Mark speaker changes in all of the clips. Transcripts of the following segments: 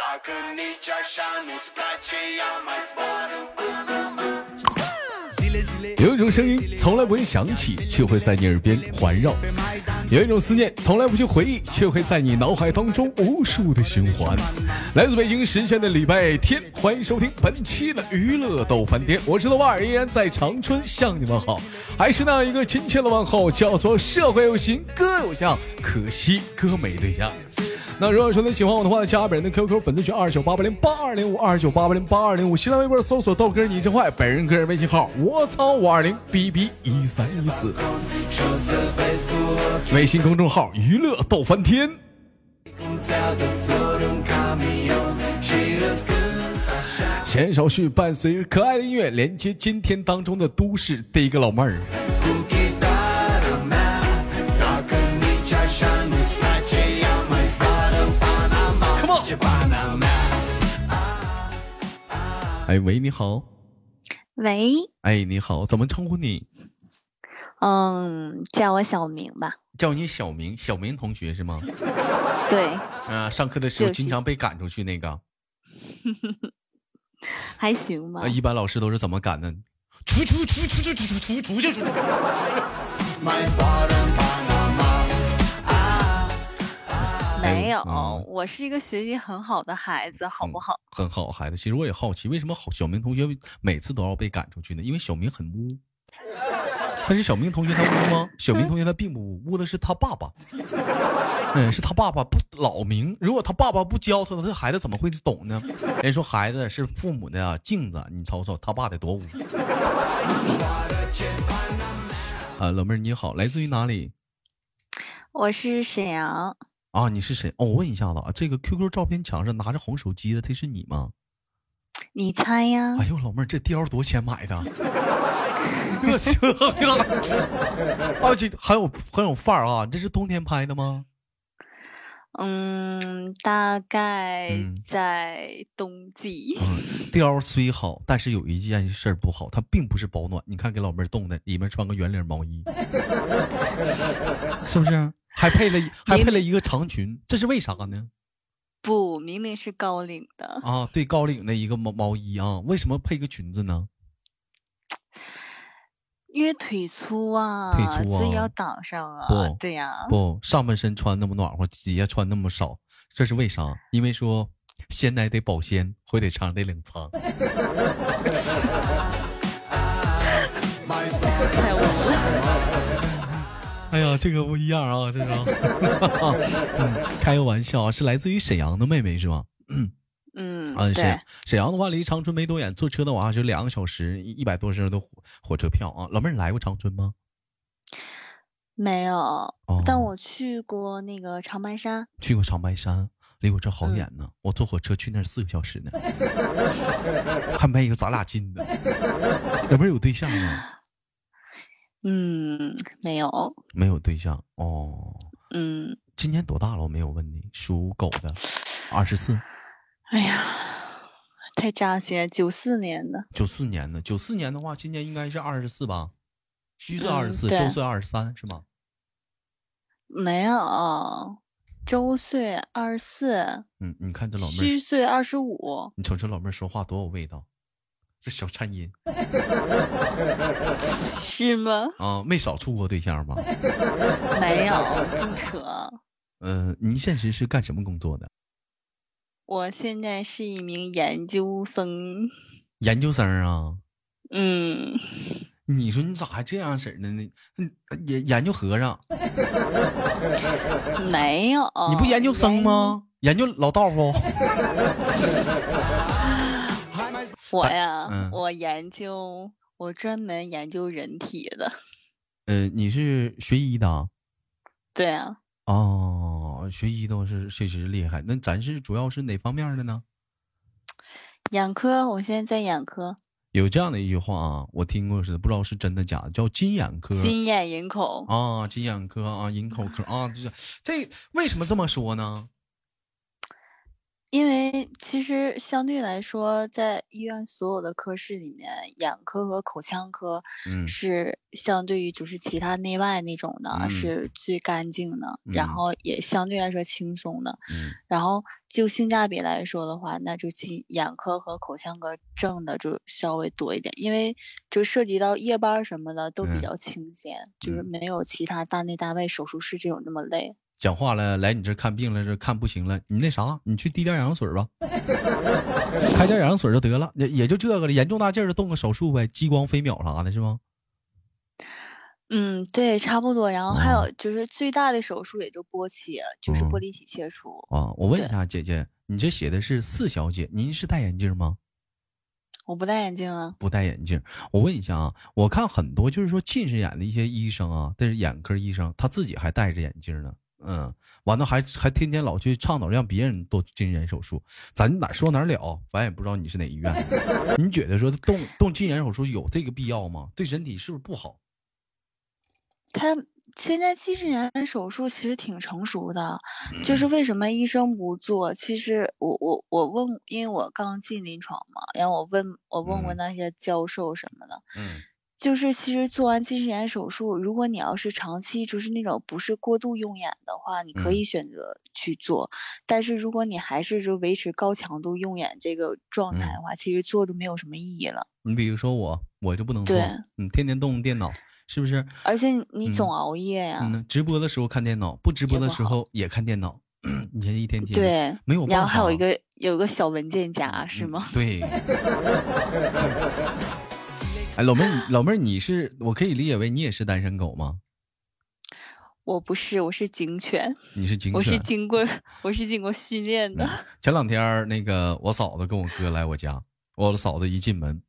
Speaker 1: Dacă nici așa nu-ți place, ea mai zboară până marți.
Speaker 2: 有一种声音从来不会响起，却会在你耳边环绕；有一种思念从来不去回忆，却会在你脑海当中无数的循环。来自北京时间的礼拜天，欢迎收听本期的娱乐逗翻天，我是豆瓣儿，依然在长春向你们好，还是那一个亲切的问候，叫做社会有型，哥有相，可惜哥没对象。那如果说你喜欢我的话，加本人的 QQ 粉丝群二九八八零八二零五二九八八零八二零五，新浪微博搜索豆哥儿你真坏，本人个人微信号我操五二零 bb 一三一四，微信公众号娱乐逗翻天。
Speaker 1: Cum ți-a dat flori un camion și îți cânt așa
Speaker 2: 闲言少叙，伴随着可爱的音乐，连接今天当中的都市第一个老妹儿。
Speaker 1: cu chitara mea. Dacă nici așa nu-ți place, ea mai zboară în Panama.
Speaker 2: Come on!
Speaker 1: Ce pana mea!
Speaker 2: 哎喂，你好，
Speaker 3: 喂，
Speaker 2: 哎你好，怎么称呼你？
Speaker 3: 嗯，叫我小明吧。
Speaker 2: 叫你小明，小明同学是吗？
Speaker 3: 对，
Speaker 2: 嗯、上课的时候
Speaker 3: 就是
Speaker 2: 经常被赶出去那个，
Speaker 3: 还行吧
Speaker 2: 啊，。一般老师都是怎么赶的？出出出出出出出出出去出去！
Speaker 1: Mai zboară în Panama.
Speaker 3: 没有
Speaker 2: 嗯，
Speaker 3: 我是一个学习很好的孩子，好不
Speaker 2: 嗯
Speaker 3: 好？
Speaker 2: 很好，孩子。其实我也好奇，为什么好小明同学每次都要被赶出去呢？因为小明很污。但是小明同学他污吗？小
Speaker 3: 嗯
Speaker 2: 明同学他并不污，污的是他爸爸。嗯，是他爸爸不老明。如果他爸爸不教他，他孩子怎么会懂呢？人说孩子是父母的啊镜子，你瞅瞅他爸得多污。啊，老妹儿你好，来自于哪里？
Speaker 3: 我是沈阳，
Speaker 2: 啊，你是谁？哦，我问一下子啊，这个 QQ 照片墙上拿着红手机的，这是你吗？
Speaker 3: 你猜呀？
Speaker 2: 哎呦，老妹儿，这貂儿多少钱买的？我去，这，啊，这还有很有范儿啊！这是冬天拍的吗？
Speaker 3: 嗯，大概
Speaker 2: 嗯
Speaker 3: 在冬季。
Speaker 2: 貂儿虽好，但是有一件事儿不好，它并不是保暖。你看给老妹儿冻的，里面穿个圆领毛衣，是不是？还配了一还配了一个长裙，这是为啥呢？
Speaker 3: 不，明明是高领的，
Speaker 2: 啊，对，高领的一个毛毛衣啊，为什么配个裙子呢？
Speaker 3: 因为腿粗啊，
Speaker 2: 腿粗
Speaker 3: 所以
Speaker 2: 啊
Speaker 3: 要挡上啊。
Speaker 2: 不
Speaker 3: 对呀、
Speaker 2: 不，上半身穿那么暖和，底下穿那么少，这是为啥？因为说鲜奶得保鲜，火腿肠得冷藏。
Speaker 1: Mai zboară
Speaker 3: 太污了。
Speaker 2: 哎呀，这个不一样啊，这个。 嗯，开个玩笑啊，是来自于沈阳的妹妹是吧？
Speaker 3: 嗯，
Speaker 2: 啊，沈阳
Speaker 3: 对，
Speaker 2: 沈阳的话离长春没多远，坐车的话就两个小时，一一百多升的火火车票啊。老妹儿，你来过长春吗？
Speaker 3: 没有。
Speaker 2: 哦，
Speaker 3: 但我去过那个长白山，
Speaker 2: 去过长白山，离我这
Speaker 3: 嗯
Speaker 2: 好远呢。我坐火车去那儿四个小时呢， 还没有咱俩近呢。 老妹儿有对象吗？
Speaker 3: 嗯，没有，
Speaker 2: 没有对象哦。
Speaker 3: 嗯。
Speaker 2: 今年多大了？我没有问你，属狗的，二十四，
Speaker 3: 哎呀，太扎心了！九四年的，
Speaker 2: 九四年的。九四年的话，今年应该是二十四吧，虚岁
Speaker 3: 嗯
Speaker 2: 二十四，
Speaker 3: 对
Speaker 2: 周岁二十三，是吗？
Speaker 3: 没有，周岁二十四，
Speaker 2: 嗯，你看这老妹
Speaker 3: 虚
Speaker 2: 儿，
Speaker 3: 岁二十五，
Speaker 2: 你瞅这老妹儿说话多有味道，这小颤音
Speaker 3: 是吗？
Speaker 2: 啊，没少处过对象吧？
Speaker 3: 没有，净扯！
Speaker 2: 嗯、您现实是干什么工作的？
Speaker 3: 我现在是一名研究生，
Speaker 2: 研究生啊？
Speaker 3: 嗯，
Speaker 2: 你说你咋还这样式儿的呢？嗯，研研究和尚，
Speaker 3: 没有。
Speaker 2: 你不研究生？吗？研究老道不？
Speaker 3: 我
Speaker 2: 咱
Speaker 3: 呀，
Speaker 2: 嗯
Speaker 3: 我研究，我专门研究人体的。
Speaker 2: 呃，你是学医的啊？
Speaker 3: 对啊，
Speaker 2: 哦，学医都是确实厉害。那咱是主要是哪方面儿的呢？
Speaker 3: 眼科，我现在在眼科，
Speaker 2: 有这样的一句话啊，我听过是不知道是真的假的，叫金眼科
Speaker 3: 心眼人口。
Speaker 2: 啊，金眼科啊，银口科啊，就是这为什么这么说呢？
Speaker 3: 因为其实相对来说，在医院所有的科室里面，眼科和口腔科
Speaker 2: 嗯
Speaker 3: 是相对于就是其他内外那种的，
Speaker 2: 嗯
Speaker 3: 是最干净的，
Speaker 2: 嗯
Speaker 3: 然后也相对来说轻松的。
Speaker 2: 嗯
Speaker 3: 然后就性价比来说的话，那就其眼科和口腔科挣的就稍微多一点，因为就涉及到夜班儿什么的都比
Speaker 2: 嗯
Speaker 3: 较清闲，就是没有其他大内大外手术室这种那么累。
Speaker 2: 讲话了，来你这儿看病了，这看不行了，你那啥，你去滴点眼药水吧，开点眼药水就得了，也也就这个了，严重大劲儿就动个手术呗，激光飞秒啥的，是吗？
Speaker 3: 嗯，对，差不多。然后还
Speaker 2: 哦
Speaker 3: 有就是最大的手术也就波切，就是
Speaker 2: 哦
Speaker 3: 玻璃体切除。
Speaker 2: 啊，我问一下姐姐，你这写的是四小姐，您是戴眼镜吗？
Speaker 3: 我不戴眼镜啊，
Speaker 2: 不戴眼镜。我问一下啊，我看很多就是说近视眼的一些医生啊，但是眼科医生他自己还戴着眼镜呢。嗯，完了还还天天老去倡导让别人做近视眼手术，咱哪说哪了，咱也不知道你是哪医院的。你觉得说动动近视眼手术有这个必要吗？对身体是不是不好？
Speaker 3: 他现在近视眼手术其实挺成熟的，
Speaker 2: 嗯
Speaker 3: 就是为什么医生不做？其实我我我问，因为我刚进临床嘛，然后我问我问过
Speaker 2: 嗯
Speaker 3: 那些教授什么的，
Speaker 2: 嗯
Speaker 3: 就是其实做完近视眼手术，如果你要是长期就是那种不是过度用眼的话，你可
Speaker 2: 嗯
Speaker 3: 以选择去做。但是如果你还是就维持高强度用眼这个状
Speaker 2: 嗯
Speaker 3: 态的话，其实做就没有什么意义了。
Speaker 2: 你比如说我，我就不能做
Speaker 3: 对，
Speaker 2: 你天天动电脑，是不是？
Speaker 3: 而且啊你你总
Speaker 2: 嗯
Speaker 3: 熬夜呀、
Speaker 2: 嗯，直播的时候看电脑，不直播
Speaker 3: 也
Speaker 2: 的
Speaker 3: 不
Speaker 2: 时
Speaker 3: 好
Speaker 2: 候也看电脑， 你这一天天的
Speaker 3: 对，
Speaker 2: 没有办法。
Speaker 3: 然后还有一个有个小文件夹啊是
Speaker 2: 嗯
Speaker 3: 吗？
Speaker 2: 对。 哎，老妹儿，老妹儿，你是我可以理解为你也是单身狗吗？
Speaker 3: 我不是，我是警犬，
Speaker 2: 你是警
Speaker 3: 我是
Speaker 2: 犬。
Speaker 3: 经过我是经过训练的。
Speaker 2: 前两天儿那个我嫂子跟我哥来我家，我嫂子一进门，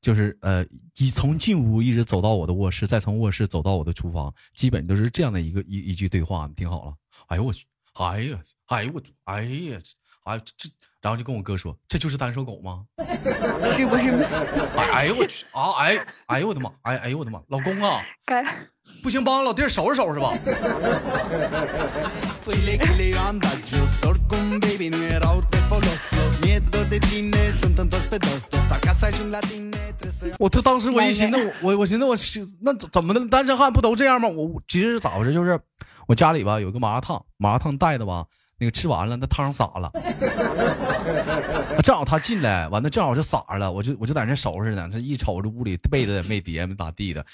Speaker 2: 就是呃，一从进屋一直走到我的卧室，再从卧室走到我的厨房，基本都是这样的一个一一句对话，你听好了。哎呦我去，哎呀，哎呦我去，哎呀，哎这这，然后就跟我哥说，这就是单身狗吗？嗯
Speaker 3: 是不是 没
Speaker 2: 哎哎呦我去啊！哎哎呦我的妈！哎哎呦我的妈！老公啊，
Speaker 3: 该
Speaker 2: 不行，帮老弟儿收拾收拾吧。
Speaker 1: Chile chile andaggio Sorgum baby nu erau de folos Los mi-e dor de tine Sunt întors pe dos dos Dar ca să ajung la tine Trebuie să
Speaker 2: 我他当时我一寻思，我我我寻思我是那怎么的？单身汉不都这样吗？我我其实咋回事？就是我家里吧有个麻辣烫，麻辣烫带的吧，那个吃完了那汤洒了， 正好他进来，完了正好就洒了，我就我就在那收拾呢，这一瞅这屋里被子也没叠没咋地的，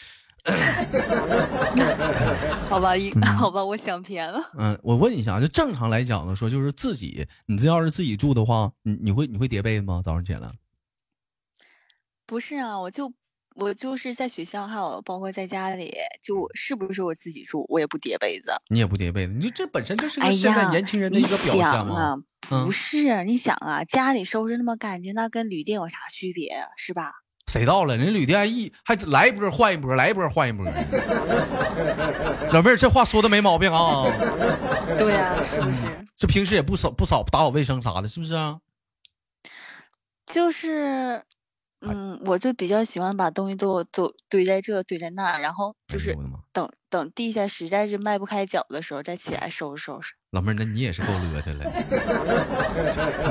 Speaker 3: 好吧，一好吧，我想偏了。
Speaker 2: 嗯，我问一下，就正常来讲的说，就是自己，你这要是自己住的话，你你会你会叠被子吗？早上起来，
Speaker 3: 不是啊，我就我就是在学校，还有包括在家里，就
Speaker 2: 嗯
Speaker 3: 我是不是我自己住，我也不叠被子。
Speaker 2: 你也不叠被子，你就这本身就是
Speaker 3: 哎
Speaker 2: 个现在
Speaker 3: 呀
Speaker 2: 年轻人的
Speaker 3: 你
Speaker 2: 一个表
Speaker 3: 想
Speaker 2: 现
Speaker 3: 啊
Speaker 2: 嘛。，嗯
Speaker 3: 不是啊你想啊，家里收拾那么干净，那跟旅店有啥区别啊是吧？
Speaker 2: 谁到了？人旅店一还来一波换一波，来一波换一波。老妹儿，这话说的没毛病啊。嗯
Speaker 3: 对啊，是不是？
Speaker 2: 这平时也不扫不扫打扫卫生啥的，是不是啊？
Speaker 3: 就是，
Speaker 2: 哎
Speaker 3: 嗯，我就比较喜欢把东西都都堆在这堆在那，然后就
Speaker 2: 哎呦
Speaker 3: 是
Speaker 2: 我的妈！
Speaker 3: 等等地下实在是迈不开脚的时候再起来收拾收拾。
Speaker 2: 老妹儿，那你也是够邋遢了。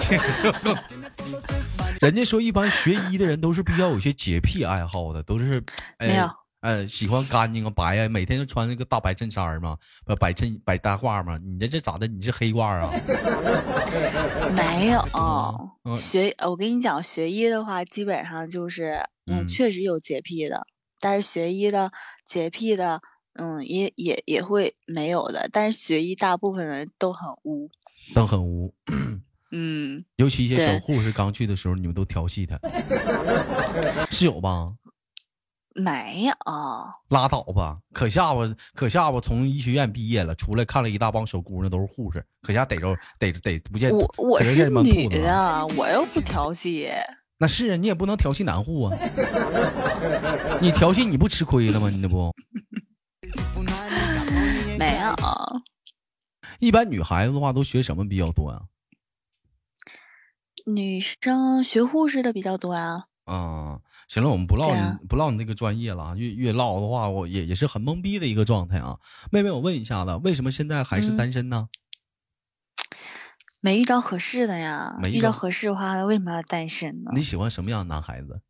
Speaker 2: 这个够嗯人家说一般学医的人都是比较有一些洁癖爱好的，都 是
Speaker 3: 没
Speaker 2: 哎
Speaker 3: 有
Speaker 2: 呃喜欢干净啊白啊，每天就穿那个大白衬衫儿嘛，不白衬白大褂儿嘛。你这这咋的？你是黑褂儿 啊？
Speaker 3: 没有，
Speaker 2: 嗯
Speaker 3: 学呃我跟你讲，学医的话，基本上就是，嗯，
Speaker 2: 嗯
Speaker 3: 确实有洁癖的，但是学医的洁癖的，嗯，也也也会没有的，但是学医大部分人都很污，
Speaker 2: 都很污。
Speaker 3: 嗯，
Speaker 2: 尤其一些
Speaker 3: 对
Speaker 2: 小护士刚去的时候，你们都调戏 他，是有吧？
Speaker 3: 没有，
Speaker 2: 拉倒吧，可下巴可下巴从医学院毕业了，出来看了一大帮小姑娘，都是护士，可下逮着逮着逮不见
Speaker 3: 我我
Speaker 2: 可是
Speaker 3: 是
Speaker 2: 这帮
Speaker 3: 女
Speaker 2: 兔子啊
Speaker 3: 的，我又不调戏，
Speaker 2: 那是啊，你也不能调戏男护啊，你调戏你不吃亏了吗？你这 不，
Speaker 1: pun anii Ca pe mine
Speaker 3: 没有，
Speaker 2: 一般女孩子的话都学什么比较多啊呀、
Speaker 3: 女生学护士的比较多啊，
Speaker 2: 嗯，行了，我们不唠
Speaker 3: 对
Speaker 2: 你、
Speaker 3: 啊
Speaker 2: 不唠你那个专业了啊，越越唠的话，我也也是很懵逼的一个状态啊。妹妹，我问一下子，为什么现在还是
Speaker 3: 嗯
Speaker 2: 单身呢？
Speaker 3: 没遇到合适的呀，
Speaker 2: 没遇
Speaker 3: 遇到
Speaker 2: 到
Speaker 3: 合适的话，为什么要单身呢？
Speaker 2: 你喜欢什么样的男孩子？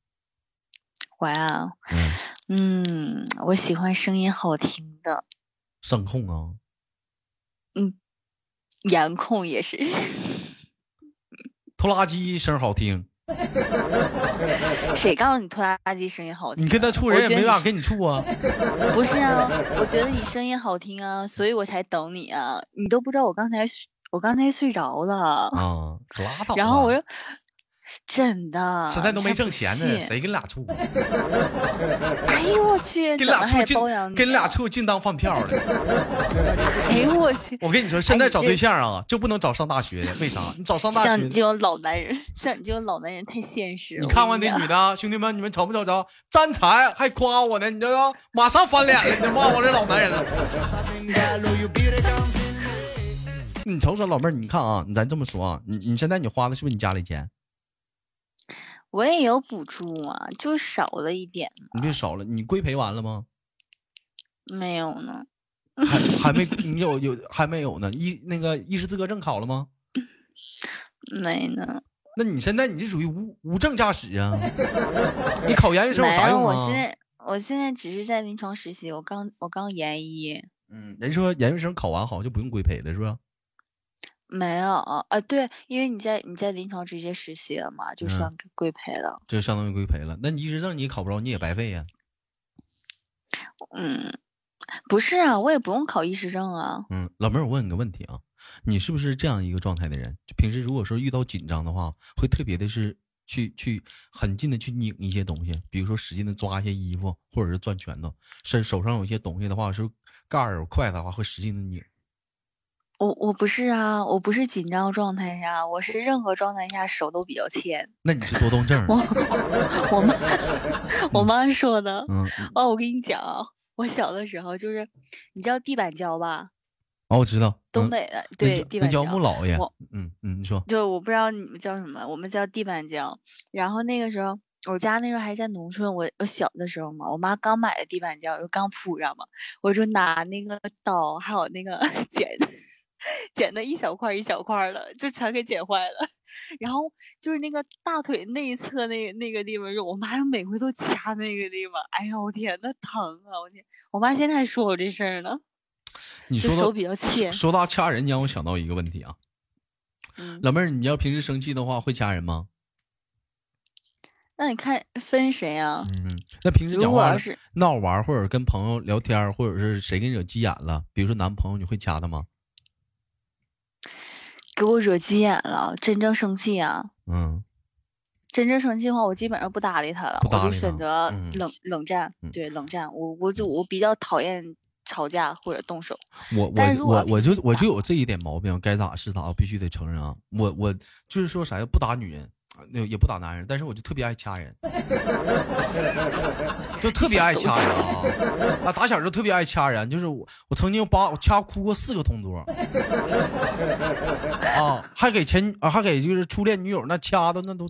Speaker 3: 我呀，
Speaker 2: 嗯，
Speaker 3: 嗯，我喜欢声音好听的，
Speaker 2: 声控啊，
Speaker 3: 颜控也是。
Speaker 2: 拖拉机声好听，
Speaker 3: 谁告诉你拖拉机声音好听啊？
Speaker 2: 你跟他处
Speaker 3: 我
Speaker 2: 人也
Speaker 3: 觉得
Speaker 2: 没
Speaker 3: 你
Speaker 2: 办法
Speaker 3: 是
Speaker 2: 跟你处啊。
Speaker 3: 不是啊，我觉得你声音好听啊，所以我才等你啊。你都不知道我刚才睡我刚才睡着了，
Speaker 2: 啊，可拉倒吧。
Speaker 3: 然后我说真的，
Speaker 2: 现在都
Speaker 3: 你
Speaker 2: 没
Speaker 3: 还
Speaker 2: 挣
Speaker 3: 不
Speaker 2: 钱呢，
Speaker 3: 信？
Speaker 2: 谁跟俩处？啊
Speaker 3: 哎呦我去，
Speaker 2: 跟
Speaker 3: 怎
Speaker 2: 俩
Speaker 3: 么
Speaker 2: 处
Speaker 3: 还
Speaker 2: 净
Speaker 3: 包养你？啊
Speaker 2: 跟俩，处净当饭票了。
Speaker 3: 哎呦我去，
Speaker 2: 我跟你说，现
Speaker 3: 哎
Speaker 2: 在
Speaker 3: 你
Speaker 2: 找
Speaker 3: 这
Speaker 2: 对象啊，就不能找上大学的，为啥？你找上大
Speaker 3: 像你
Speaker 2: 学
Speaker 3: 这，种老男人，像你这种老男人太现实了。
Speaker 2: 你
Speaker 3: 我
Speaker 2: 看看
Speaker 3: 跟
Speaker 2: 那
Speaker 3: 你
Speaker 2: 女
Speaker 3: 讲
Speaker 2: 的啊，兄弟们，你们瞅没瞅着？站才还夸我呢，你知道？马上翻脸了，你就骂我这老男人了。你瞅瞅老妹儿，你看啊，咱这么说啊，你你现在你花的是不是你家里钱？
Speaker 3: 我也有补助啊，就是少了一点，
Speaker 2: 你别少了，你规培完了吗？
Speaker 3: 没有呢。
Speaker 2: 还还没，你有有还没有呢？医那个医师资格证考了吗？
Speaker 3: 没呢，
Speaker 2: 那你现在你是属于无无证驾驶啊？你考研究生有
Speaker 3: 没
Speaker 2: 啥
Speaker 3: 有。
Speaker 2: 用
Speaker 3: 我
Speaker 2: 啊
Speaker 3: 现？在我现在只是在临床实习，我刚我刚研一，
Speaker 2: 嗯，人说研究生考完好像就不用规培了，是不是？
Speaker 3: 没有啊，对，因为你在你在临床直接实习了嘛，就
Speaker 2: 嗯
Speaker 3: 算规规培了。
Speaker 2: 这相当于规培了。那你医师证你考不着，你也白费呀、
Speaker 3: 嗯，不是啊，我也不用考医师证啊。
Speaker 2: 嗯，老妹儿，我问你个问题啊，你是不是这样一个状态的人？就平时如果说遇到紧张的话，会特别的是去去很近的去拧一些东西，比如说使劲的抓一些衣服，或者是攥拳头，身手上有一些东西的话，是不是盖儿有筷子的话，会使劲的拧。
Speaker 3: 我我不是啊，我不是紧张状态下，我是任何状态下手都比较欠。
Speaker 2: 那你是多动症儿？啊
Speaker 3: 我 我妈 我妈说的。
Speaker 2: 嗯，
Speaker 3: 哦，我跟你讲啊，我小的时候就是，你知道地板胶吧？
Speaker 2: 哦，我知道，
Speaker 3: 东
Speaker 2: 嗯
Speaker 3: 北的，
Speaker 2: 那
Speaker 3: 对，
Speaker 2: 叫
Speaker 3: 地
Speaker 2: 那
Speaker 3: 板胶
Speaker 2: 叫。木老爷
Speaker 3: 我。
Speaker 2: 嗯嗯，你说，
Speaker 3: 就我不知道你们叫什么，我们叫地板胶。然后那个时候，我家那时候还在农村，我我小的时候嘛，我妈刚买的地板胶，就刚铺上嘛，我就拿那个刀还有那个 剪，剪的一小块儿一小块儿的，就全给剪坏了。然后就是那个大腿内侧那那个地方肉，我妈就每回都掐那个地方，哎呀，我天，那疼啊！我天，我妈现在还说我这事儿呢，
Speaker 2: 你
Speaker 3: 就
Speaker 2: 说
Speaker 3: 手
Speaker 2: 到
Speaker 3: 比较
Speaker 2: 说
Speaker 3: 欠。
Speaker 2: 说到掐人，你让我想到一个问题啊，
Speaker 3: 嗯，
Speaker 2: 老妹儿，你要平时生气的话，会掐人吗？
Speaker 3: 那你看分谁啊？
Speaker 2: 嗯，那平时
Speaker 3: 如
Speaker 2: 讲
Speaker 3: 果
Speaker 2: 话
Speaker 3: 要是
Speaker 2: 闹玩儿，或者跟朋友聊天儿，或者是谁给你惹急眼了，比如说男朋友，你会掐他吗？
Speaker 3: 给我惹急眼了，真正生气啊！
Speaker 2: 嗯，
Speaker 3: 真正生气的话，我基本上不搭理他了，
Speaker 2: 不搭
Speaker 3: 我就
Speaker 2: 理
Speaker 3: 选
Speaker 2: 他
Speaker 3: 择
Speaker 2: 嗯
Speaker 3: 冷、冷战
Speaker 2: 嗯。
Speaker 3: 对，冷战，我我就我比较讨厌吵架或者动手。
Speaker 2: 我
Speaker 3: 但
Speaker 2: 我
Speaker 3: 如果啊
Speaker 2: 我我就我就有这一点毛病，该咋是咋，我必须得承认啊。我我就是说啥呀，不打女人，那也不打男人，但是我就特别爱掐人，就特别爱掐人 啊！啊，打小就特别爱掐人，就是我我曾经把我掐哭过四个同桌，啊，还给前啊还给就是初恋女友那掐的那都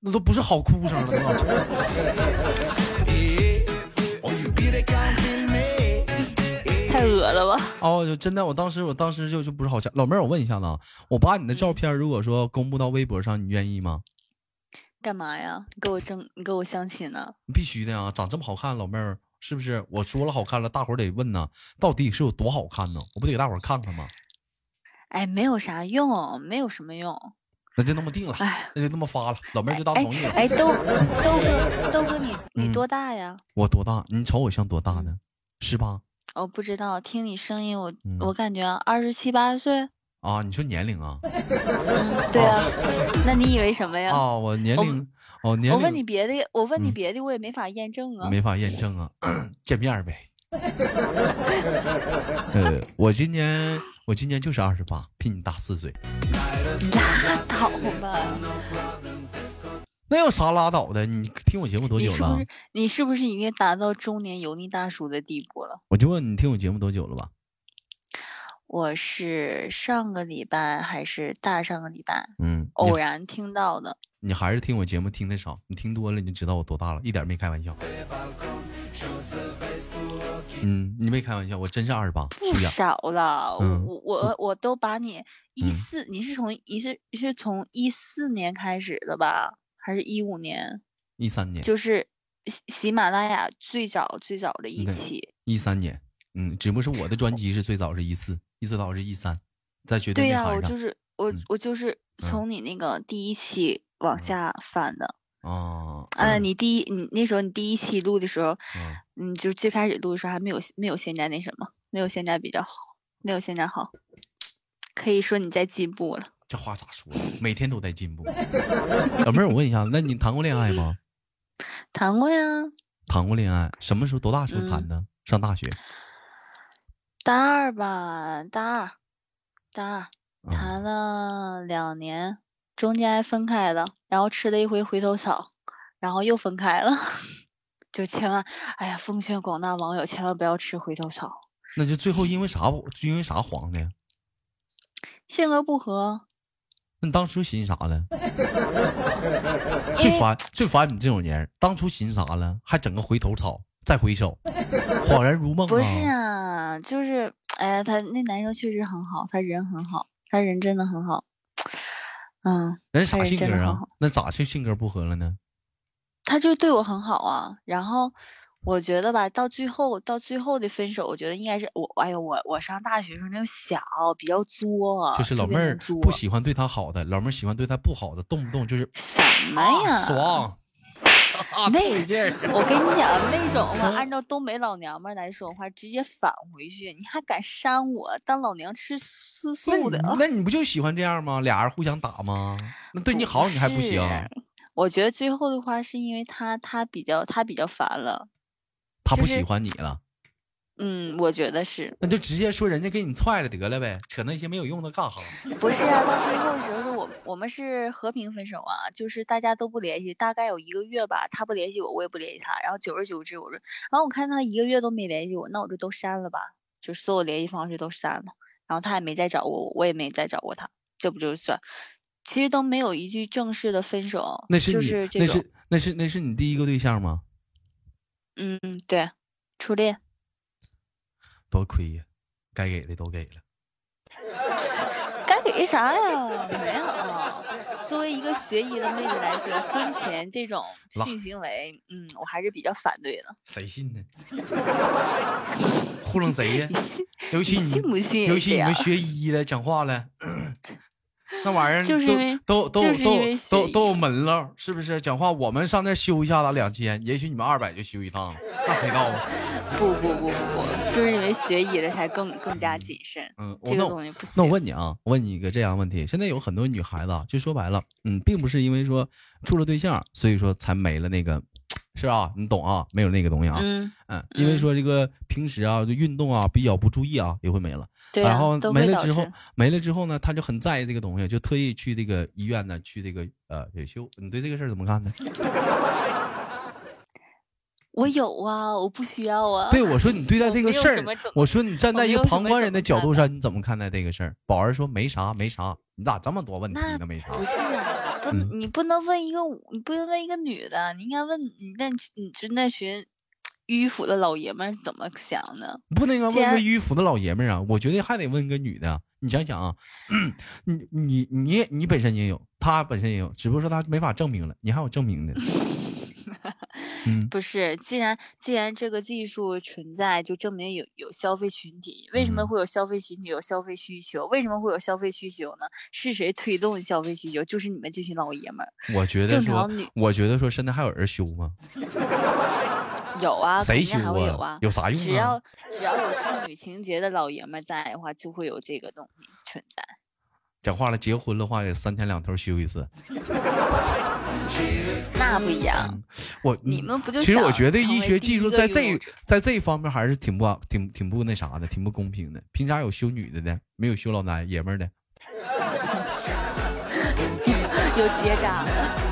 Speaker 2: 那都不是好哭声了，那种
Speaker 3: 太恶了吧？
Speaker 2: 哦，就真的，我当时我当时就就不是好掐。老妹儿，我问一下子啊，我把你的照
Speaker 3: 嗯
Speaker 2: 片如果说公布到微博上，你愿意吗？
Speaker 3: 干嘛呀？你给我争，你给我相亲呢？
Speaker 2: 必须的呀，长这么好看，老妹儿是不是？我说了好看了，大伙儿得问呢，到底是有多好看呢？我不得给大伙儿看看吗？
Speaker 3: 哎，没有啥用，没有什么用。
Speaker 2: 那就那么定了，那就那么发了，老妹儿就当
Speaker 3: 哎
Speaker 2: 同意了。
Speaker 3: 哎，豆豆哥，豆哥你，你
Speaker 2: 嗯
Speaker 3: 多大呀？
Speaker 2: 我多大？你瞅我像多大
Speaker 3: 嗯
Speaker 2: 呢？十八
Speaker 3: 我哦不知道，听你声音，我、
Speaker 2: 嗯
Speaker 3: 我感觉二十七八岁。
Speaker 2: 啊？你说年龄啊？
Speaker 3: 嗯，
Speaker 2: 哦
Speaker 3: 对啊， 那你以为什么呀？
Speaker 2: 啊，我年
Speaker 3: 我
Speaker 2: 龄，哦，年龄，
Speaker 3: 我问你别的，我问你
Speaker 2: 嗯
Speaker 3: 别的，我也没法验证啊。
Speaker 2: 没法验证啊， 见面儿呗。呃，我今年我今年就是二十八，比你大四岁。
Speaker 3: 你拉倒吧！
Speaker 2: 那有啥拉倒的？你听我节目多
Speaker 3: 你
Speaker 2: 久
Speaker 3: 是不
Speaker 2: 了
Speaker 3: 是？你是不是已经达到中年油腻大叔的地步了？
Speaker 2: 我就问你听我节目多久了吧？
Speaker 3: 我是上个礼拜还是大上个礼拜
Speaker 2: 嗯，
Speaker 3: 偶然听到的。
Speaker 2: 你你还是听我节目听的少，你听多了你就知道我多大了，一点没开玩笑。嗯，你没开玩笑，我真是二十八，
Speaker 3: 不
Speaker 2: 是呀
Speaker 3: 少了，
Speaker 2: 嗯
Speaker 3: 我我我都把你一
Speaker 2: 嗯
Speaker 3: 四、你是从你是你是从一四年开始的吧，还是一五年？
Speaker 2: 一三年，
Speaker 3: 就是喜喜马拉雅最早最早的一
Speaker 2: 对
Speaker 3: 期，
Speaker 2: 一三年，嗯，只不过是我的专辑是最早是一四，一最早是一三，在绝
Speaker 3: 对
Speaker 2: 内
Speaker 3: 呀、
Speaker 2: 涵
Speaker 3: 我
Speaker 2: 上
Speaker 3: 就是我
Speaker 2: 嗯
Speaker 3: 我就是从你那个第一期往下翻的，
Speaker 2: 啊，
Speaker 3: 嗯，
Speaker 2: 嗯
Speaker 3: 你第一你那时候你第一期录的时候，
Speaker 2: 嗯
Speaker 3: 嗯，就是最开始录的时候还没有没有现在那什么，没有现在比较好，没有现在好，可以说你在进步了。
Speaker 2: 这话咋说呀？每天都在进步。老妹儿，我问一下，那你谈过恋爱吗？
Speaker 3: 谈过呀，
Speaker 2: 谈过恋爱，什么时候？多大时候谈
Speaker 3: 嗯
Speaker 2: 的？上大学。
Speaker 3: 大二吧，大二，大二
Speaker 2: 嗯
Speaker 3: 谈了两年，中间还分开了，然后吃了一回回头草，然后又分开了， 就千万，哎呀，奉劝广大网友千万不要吃回头草，
Speaker 2: 那就最后因为啥不？因为啥黄的？
Speaker 3: 性格不合，
Speaker 2: 那你当初寻啥 了？最烦最烦你这种人，当初寻啥了？还整个回头草，再回首， 恍然如梦啊！
Speaker 3: 不是啊，就是，哎呀，他那男生确实很好，他人很好，他人真的很好，嗯，
Speaker 2: 人
Speaker 3: 他
Speaker 2: 啥
Speaker 3: 人
Speaker 2: 性
Speaker 3: 真
Speaker 2: 格
Speaker 3: 的很
Speaker 2: 啊
Speaker 3: 好？
Speaker 2: 那咋就性格不合了呢？
Speaker 3: 他就对我很好啊。然后我觉得吧，到最后到最后的分手，我觉得应该是我，哎呦，我我上大学时候那种小，比较作，
Speaker 2: 就是
Speaker 3: 啊特
Speaker 2: 老
Speaker 3: 别
Speaker 2: 妹
Speaker 3: 能
Speaker 2: 儿
Speaker 3: 作
Speaker 2: 不喜欢对他好的，老妹儿喜欢对他不好的，动不动就是
Speaker 3: 什么哎呀？
Speaker 2: 啊爽，啊
Speaker 3: 那
Speaker 2: 对劲儿。
Speaker 3: 我跟你讲，那种嘛，
Speaker 2: 操
Speaker 3: 按照东北老娘们儿来说的话，直接返回去，你还敢扇我，当老娘吃吃
Speaker 2: 那
Speaker 3: 素
Speaker 2: 你
Speaker 3: 的？啊
Speaker 2: 那你不就喜欢这样吗？俩人互相打吗？那对你好你还不行？
Speaker 3: 是我觉得最后的话是因为他他比较他比较烦了，
Speaker 2: 他
Speaker 3: 就
Speaker 2: 不
Speaker 3: 是
Speaker 2: 喜欢你了，
Speaker 3: 嗯，我觉得是。
Speaker 2: 那就直接说人家给你踹了得了呗，扯那些没有用的干哈？
Speaker 3: 不是啊，到最后的时候是我我们是和平分手啊，就是大家都不联系，大概有一个月吧，他不联系我，我也不联系他，然后久而久之，我说，然后我看他一个月都没联系我，那我就都删了吧，就是所有联系方式都删了，然后他也没再找过我，我也没再找过他，这不就算，其实都没有一句正式的分手，
Speaker 2: 那是
Speaker 3: 就
Speaker 2: 你，
Speaker 3: 是这
Speaker 2: 那
Speaker 3: 种，
Speaker 2: 是那是那是你第一个对象吗？
Speaker 3: 嗯，对，初恋，
Speaker 2: 多亏呀，该给的都给了。
Speaker 3: 该给啥呀？没有。作为一个学医的妹子来说，婚前这种
Speaker 2: 拉
Speaker 3: 性行为，嗯，我还是比较反对的。
Speaker 2: 谁信呢？ 糊弄谁呀
Speaker 3: 你？信
Speaker 2: 尤其
Speaker 3: 你信不信啊
Speaker 2: 尤其
Speaker 3: 这
Speaker 2: 你们
Speaker 3: 样
Speaker 2: 学医的讲话了， 那玩意儿
Speaker 3: 就是
Speaker 2: 都
Speaker 3: 因为
Speaker 2: 都都
Speaker 3: 就
Speaker 2: 有
Speaker 3: 是
Speaker 2: 都
Speaker 3: 因
Speaker 2: 有
Speaker 3: 为
Speaker 2: 都
Speaker 3: 学
Speaker 2: 都有
Speaker 3: 医
Speaker 2: 门路，是不是？讲话我们上那儿修一下子两千，也许你们二百就修一趟了，那谁知道 啊？
Speaker 3: 不不不不不，就是因为学医的才更更加谨慎。
Speaker 2: 嗯，我
Speaker 3: 这
Speaker 2: 那
Speaker 3: 个
Speaker 2: 我
Speaker 3: 东西不行。
Speaker 2: 那我问你啊，我问你一个这样的问题：现在有很多女孩子，啊，就说白了，嗯，并不是因为说处了对象，所以说才没了那个，是啊，你懂啊，没有那个东西啊，
Speaker 3: 嗯，
Speaker 2: 嗯，因为
Speaker 3: 嗯
Speaker 2: 说这个平时啊，就运动啊比较不注意啊，也会没了。
Speaker 3: 对啊、
Speaker 2: 然后
Speaker 3: 都
Speaker 2: 没
Speaker 3: 会
Speaker 2: 了
Speaker 3: 导
Speaker 2: 之后
Speaker 3: 致，
Speaker 2: 没了之后呢，他就很在意这个东西，就特意去这个医院呢，去这个呃维修。你对这个事儿怎么 看呢？
Speaker 3: 我有啊，我不需要啊。
Speaker 2: 对，我说你对待
Speaker 3: 我
Speaker 2: 这个
Speaker 3: 没有
Speaker 2: 事
Speaker 3: 什
Speaker 2: 儿
Speaker 3: 么怎，
Speaker 2: 我说你站
Speaker 3: 我
Speaker 2: 在
Speaker 3: 没
Speaker 2: 一个
Speaker 3: 有什
Speaker 2: 旁
Speaker 3: 么
Speaker 2: 观
Speaker 3: 怎
Speaker 2: 人的
Speaker 3: 么
Speaker 2: 角
Speaker 3: 看
Speaker 2: 度
Speaker 3: 待
Speaker 2: 上，你怎么看待这个事儿？保安说没啥，没啥，你咋这么多问题
Speaker 3: 那
Speaker 2: 呢？没啥，
Speaker 3: 不是啊，不，
Speaker 2: 嗯
Speaker 3: 你不能问一个，你不能问一个女的，你应该问你那你是那群迂腐的老爷们儿怎么想的？
Speaker 2: 不能
Speaker 3: 既
Speaker 2: 问个
Speaker 3: 然
Speaker 2: 迂腐的老爷们儿啊，我觉得还得问个女的。你想想啊， 你你你也你本身也有，他本身也有，只不过说他没法证明了，你还有证明的。嗯，
Speaker 3: 不是，既然既然这个技术存在，就证明有有消费群体。为什么
Speaker 2: 嗯
Speaker 3: 会有消费群体？有消费需求？为什么会有消费需求呢？是谁推动消费需求？就是你们这群老爷们儿。
Speaker 2: 我觉得
Speaker 3: 正
Speaker 2: 说
Speaker 3: 常女，
Speaker 2: 我觉得说，现在还有人修吗？
Speaker 3: 有啊，
Speaker 2: 谁
Speaker 3: 肯
Speaker 2: 修
Speaker 3: 定还会有
Speaker 2: 啊
Speaker 3: 啊？。
Speaker 2: 有啥用啊？
Speaker 3: 只要只要有处女情节的老爷们儿在的话，就会有这个东西存在。
Speaker 2: 讲话了，结婚的话也三天两头休一次。
Speaker 3: 那不一样，
Speaker 2: 我
Speaker 3: 你们不就
Speaker 2: 嗯其实我
Speaker 3: 想
Speaker 2: 觉得
Speaker 3: 成
Speaker 2: 医
Speaker 3: 为
Speaker 2: 学
Speaker 3: 第
Speaker 2: 技
Speaker 3: 一
Speaker 2: 术
Speaker 3: 个
Speaker 2: 在
Speaker 3: 拥有
Speaker 2: 这
Speaker 3: 者
Speaker 2: 在这一方面还是挺不好挺挺不那啥的，挺不公平的。凭啥有修女的呢？没有修老男爷们儿的？
Speaker 3: 有结扎的。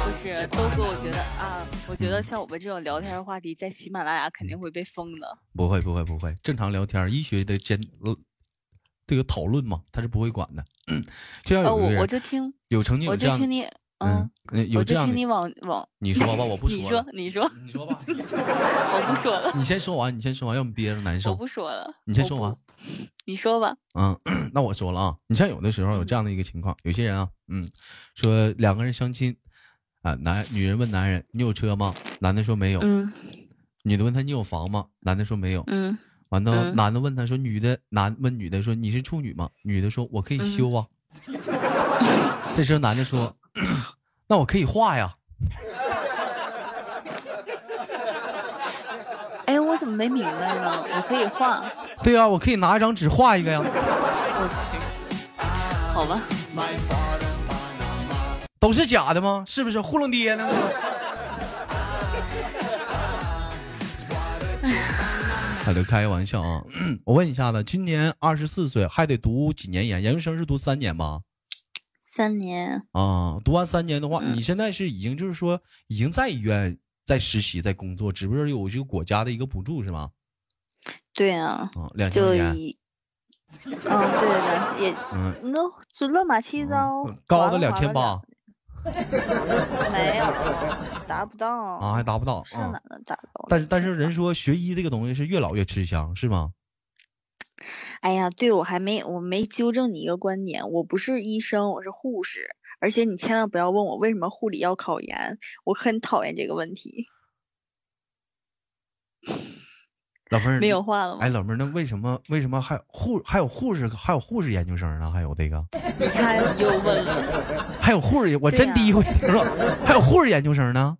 Speaker 3: 不是，都哥，我觉得啊，我觉得像我们这种聊天话题，在喜马拉雅肯定会被封的。
Speaker 2: 不会不会不会，正常聊天，医学的监呃这个讨论嘛，他是不会管的。就像
Speaker 3: 呃，
Speaker 2: 有一
Speaker 3: 我
Speaker 2: 个人、
Speaker 3: 我就听，
Speaker 2: 有曾经
Speaker 3: 我
Speaker 2: 有这
Speaker 3: 就
Speaker 2: 样
Speaker 3: 听你，哦
Speaker 2: 嗯，嗯有
Speaker 3: 我
Speaker 2: 这
Speaker 3: 就
Speaker 2: 样
Speaker 3: 听
Speaker 2: 的
Speaker 3: 你，往往，
Speaker 2: 你说吧， 我不
Speaker 3: 你
Speaker 2: 说
Speaker 3: 说
Speaker 2: 了，
Speaker 3: 你说，
Speaker 2: 你说吧，
Speaker 3: 我不说了，
Speaker 2: 你先说完，你先说完，要不憋着难
Speaker 3: 我
Speaker 2: 受。
Speaker 3: 不说了，
Speaker 2: 你先
Speaker 3: 我
Speaker 2: 说
Speaker 3: 不
Speaker 2: 完，
Speaker 3: 你说吧，
Speaker 2: 嗯，那我说了啊，你像有的时候有这样的一个情况，有些人啊，嗯，说两个人相亲，啊，男女人问男人你有车吗？男的说没有，
Speaker 3: 嗯
Speaker 2: 女的问他你有房吗？男的说没有，
Speaker 3: 嗯
Speaker 2: 完了
Speaker 3: 嗯
Speaker 2: 男的问他说女的男问女的说你是处女吗？女的说我可以修啊，
Speaker 3: 嗯
Speaker 2: 这时候男的说 那我可以画呀，
Speaker 3: 哎，我怎么没明白呢？我可以画，
Speaker 2: 对啊呀、我可以拿一张纸画一个呀。
Speaker 3: 我去，好吧，
Speaker 2: 都是假的吗？是不是糊弄爹呢？还得开个玩笑啊！ 我问一下子，今年二十四岁，还得读几年研？研究生是读三年吧？
Speaker 3: 三年，
Speaker 2: 啊，读完三年的话，
Speaker 3: 嗯
Speaker 2: 你现在是已经就是说已经在医院在实习在工作，只不过有这个国家的一个补助是吗？
Speaker 3: 对啊，
Speaker 2: 啊，两千
Speaker 3: 就
Speaker 2: 年，
Speaker 3: 以，嗯、对的，也
Speaker 2: 嗯，
Speaker 3: 那就乱码七糟，
Speaker 2: 高
Speaker 3: 划
Speaker 2: 的
Speaker 3: 了
Speaker 2: 两
Speaker 3: 划
Speaker 2: 千
Speaker 3: 了
Speaker 2: 八
Speaker 3: 两，没有，达不到
Speaker 2: 啊，还达不到
Speaker 3: 是
Speaker 2: 啊
Speaker 3: 哪。能达到？
Speaker 2: 但是但是人说学医这个东西是越老越吃香是吗？
Speaker 3: 哎呀，对我还没我没纠正你一个观点，我不是医生，我是护士。而且你千万不要问我为什么护理要考研，我很讨厌这个问题。
Speaker 2: 老妹儿
Speaker 3: 没有话了吗？
Speaker 2: 哎，老妹儿，那为什么为什么还护还有护士还有护士研究生呢？还有这个
Speaker 3: 你看你又问了，
Speaker 2: 还有护士，我
Speaker 3: 对
Speaker 2: 真
Speaker 3: 呀
Speaker 2: 第一回听说，还有护士研究生呢？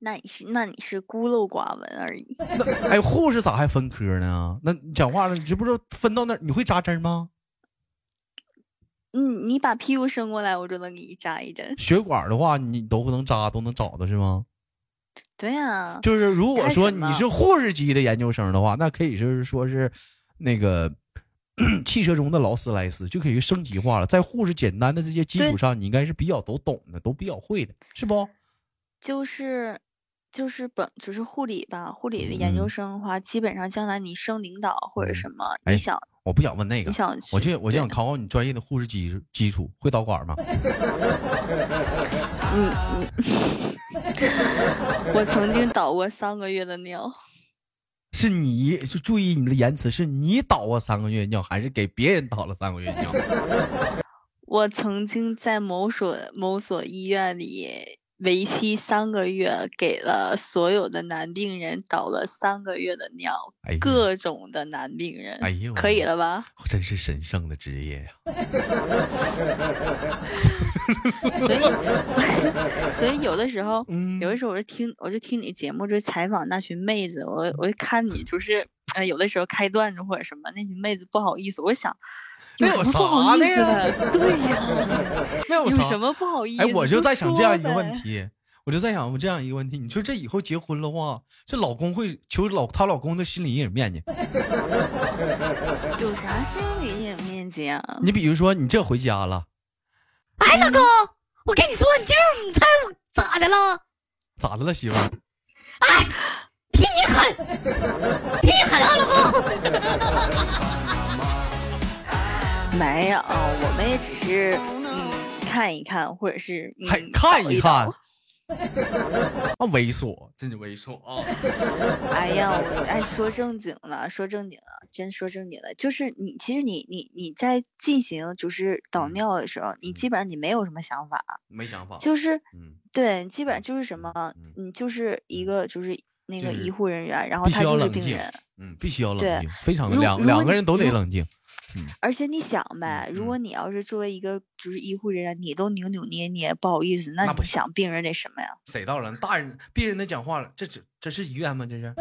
Speaker 3: 那你是那你是孤陋寡闻而已。
Speaker 2: 那哎，护士咋还分科呢？啊那你讲话了，你这不是分到那儿你会扎针吗？
Speaker 3: 嗯，你把屁股伸过来，我就能给你扎一针。
Speaker 2: 血管儿的话，你都能扎，都能找到是吗？
Speaker 3: 对啊，
Speaker 2: 就是如果说
Speaker 3: 开始嘛
Speaker 2: 你是护士级的研究生的话，那可以就是说是那个 汽车中的劳斯莱斯，就可以升级化了。在护士简单的这些基础
Speaker 3: 对
Speaker 2: 上，你应该是比较都懂的，都比较会的，是不？
Speaker 3: 就是就是本就是护理吧，护理的研究
Speaker 2: 嗯
Speaker 3: 生的话，基本上将来你升领导或者
Speaker 2: 嗯
Speaker 3: 什么，
Speaker 2: 哎
Speaker 3: 你想
Speaker 2: 我不想问那个
Speaker 3: 你，想
Speaker 2: 我
Speaker 3: 去
Speaker 2: 就我就
Speaker 3: 对
Speaker 2: 想考考你专业的护士基基础，会导管吗？
Speaker 3: 嗯嗯，我曾经倒过三个月的尿，
Speaker 2: 是你就注意你的言辞，是你倒过三个月尿，还是给别人倒了三个月 尿？
Speaker 3: 我曾经在某所某所医院里为期三个月，给了所有的男病人倒了三个月的尿，
Speaker 2: 哎呀，
Speaker 3: 各种的男病人，
Speaker 2: 哎呦
Speaker 3: 可以了吧？
Speaker 2: 真是神圣的职业呀、
Speaker 3: 所以 所以所以有的时候。
Speaker 2: 嗯
Speaker 3: 有的时候我就听，我就听你节目，就采访那群妹子，我我就 看你就是，呃，有的时候开段子或者什么，那群妹子不好意思，我想，
Speaker 2: 那有
Speaker 3: 什么不
Speaker 2: 啥
Speaker 3: 好意
Speaker 2: 的
Speaker 3: 思
Speaker 2: 呀
Speaker 3: 的？对呀，
Speaker 2: 那有
Speaker 3: 有
Speaker 2: 啥
Speaker 3: 什么不好意思？
Speaker 2: 哎，我就在想这样一个问
Speaker 3: 说呗。
Speaker 2: 题，我就在想这样一个问题。你说这以后结婚的话，这老公会求老她老公的心理阴影面去。
Speaker 3: 有啥心理阴影面积啊？
Speaker 2: 你比如说，你这回家了，
Speaker 4: 哎，老公，我跟你说，你这样你猜我咋的了？
Speaker 2: 咋的了，媳妇儿？
Speaker 4: 哎，比你狠，比你狠啊，老公！
Speaker 3: 没有，我们也只是嗯看一看，或者是嗯
Speaker 2: 还看
Speaker 3: 搞
Speaker 2: 一
Speaker 3: 一
Speaker 2: 看
Speaker 3: 搞。
Speaker 2: 啊，猥琐，真是猥琐啊！
Speaker 3: 哎呀， 我哎说正经了，说正经了，真说正经了，就是你其实你你你在进行就是
Speaker 2: 嗯
Speaker 3: 导尿的时候，你基本上你没有什么想法，
Speaker 2: 没想法，
Speaker 3: 就是
Speaker 2: 嗯，
Speaker 3: 对，基本上就是什么
Speaker 2: 嗯，
Speaker 3: 你就是一个就是那
Speaker 2: 就
Speaker 3: 个
Speaker 2: 是
Speaker 3: 医护人员，然后
Speaker 2: 必
Speaker 3: 他
Speaker 2: 须要
Speaker 3: 就是
Speaker 2: 冷
Speaker 3: 病
Speaker 2: 静
Speaker 3: 人。，
Speaker 2: 嗯，必须要冷
Speaker 3: 对
Speaker 2: 静，非常的
Speaker 3: 如
Speaker 2: 两
Speaker 3: 如果
Speaker 2: 两个
Speaker 3: 你
Speaker 2: 人都得
Speaker 3: 如
Speaker 2: 冷静。
Speaker 3: 而且你想呗，如
Speaker 2: 嗯
Speaker 3: 果你要是作为一个就是医护人员，你都扭扭捏捏，不好意思，那
Speaker 2: 那不
Speaker 3: 你
Speaker 2: 行
Speaker 3: 想病人得什么呀？
Speaker 2: 谁到了？大人别人的讲话了，这这这是医院吗？这是？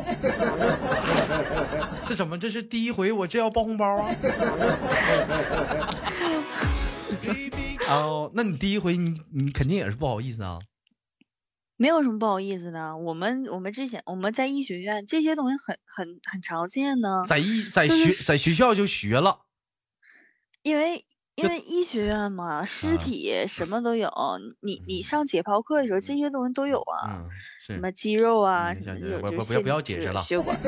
Speaker 2: 这怎么？这是第一回我这要包红包啊！ 哦，那你第一回你你肯定也是不好意思啊。
Speaker 3: 没有什么不好意思的。我们我们之前我们在医学院这些东西很很很常见呢，
Speaker 2: 在医在
Speaker 3: 就
Speaker 2: 学
Speaker 3: 是
Speaker 2: 在学校就学了，
Speaker 3: 因为因
Speaker 2: 就
Speaker 3: 为医学院嘛，尸
Speaker 2: 啊
Speaker 3: 体什么都有，你你
Speaker 2: 嗯
Speaker 3: 上解剖课的时候这些东西都有啊。
Speaker 2: 嗯，
Speaker 3: 什
Speaker 2: 是。
Speaker 3: 么肌肉啊，
Speaker 2: 嗯
Speaker 3: 什么
Speaker 2: 行
Speaker 3: 的
Speaker 2: 行
Speaker 3: 有
Speaker 2: 不
Speaker 3: 就
Speaker 2: 不
Speaker 3: 是
Speaker 2: 不要不要
Speaker 3: 线就
Speaker 2: 解
Speaker 3: 是
Speaker 2: 释了
Speaker 3: 血管，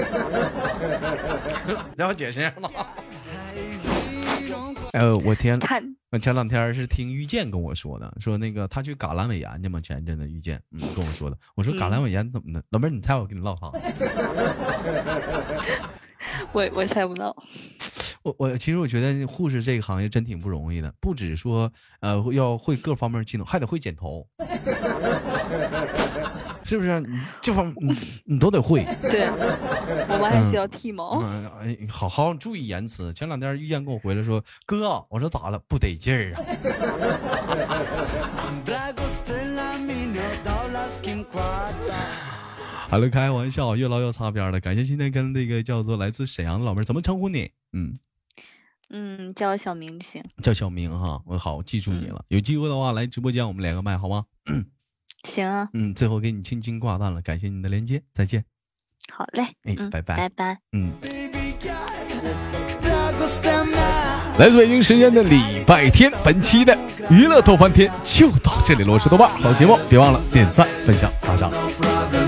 Speaker 2: 不要解释了。呃，我天，
Speaker 3: 太
Speaker 2: 我天，
Speaker 3: 太
Speaker 2: 那前两天是听遇见跟我说的，说那个他去嘎阑尾炎去嘛，前一阵子遇见，嗯，跟我说的。我说嘎阑尾炎怎么的？老妹儿，你猜我跟你唠啥？
Speaker 3: 我我猜不到。
Speaker 2: 我我其实我觉得护士这个行业真挺不容易的，不只说呃要会各方面技能，还得会剪头，是不是？你这方你你都得会。
Speaker 3: 对，我们还需要剃毛。
Speaker 2: 嗯，哎，好好注意言辞。前两天遇见跟我回来说，哥，啊我说咋了？不得劲儿啊。好了，开玩笑，越唠越擦边了。感谢今天跟那个叫做来自沈阳的老妹儿，怎么称呼你？嗯，
Speaker 3: 嗯，叫我小明就行。
Speaker 2: 叫小明哈，我好记住你了。有机会的话来直播间我们连个麦好吗？
Speaker 3: 行啊，
Speaker 2: 嗯，最后给你轻轻挂断了，感谢你的连接，再见。
Speaker 3: 好嘞。
Speaker 2: 哎
Speaker 3: 嗯，
Speaker 2: 拜拜
Speaker 3: 拜拜。
Speaker 2: 嗯，
Speaker 1: Dragostea
Speaker 2: 来自北京时间的礼拜天，本期的娱乐逗翻天就到这里了。我是豆瓣，好节目别忘了点赞、分享、打赏。
Speaker 1: no problem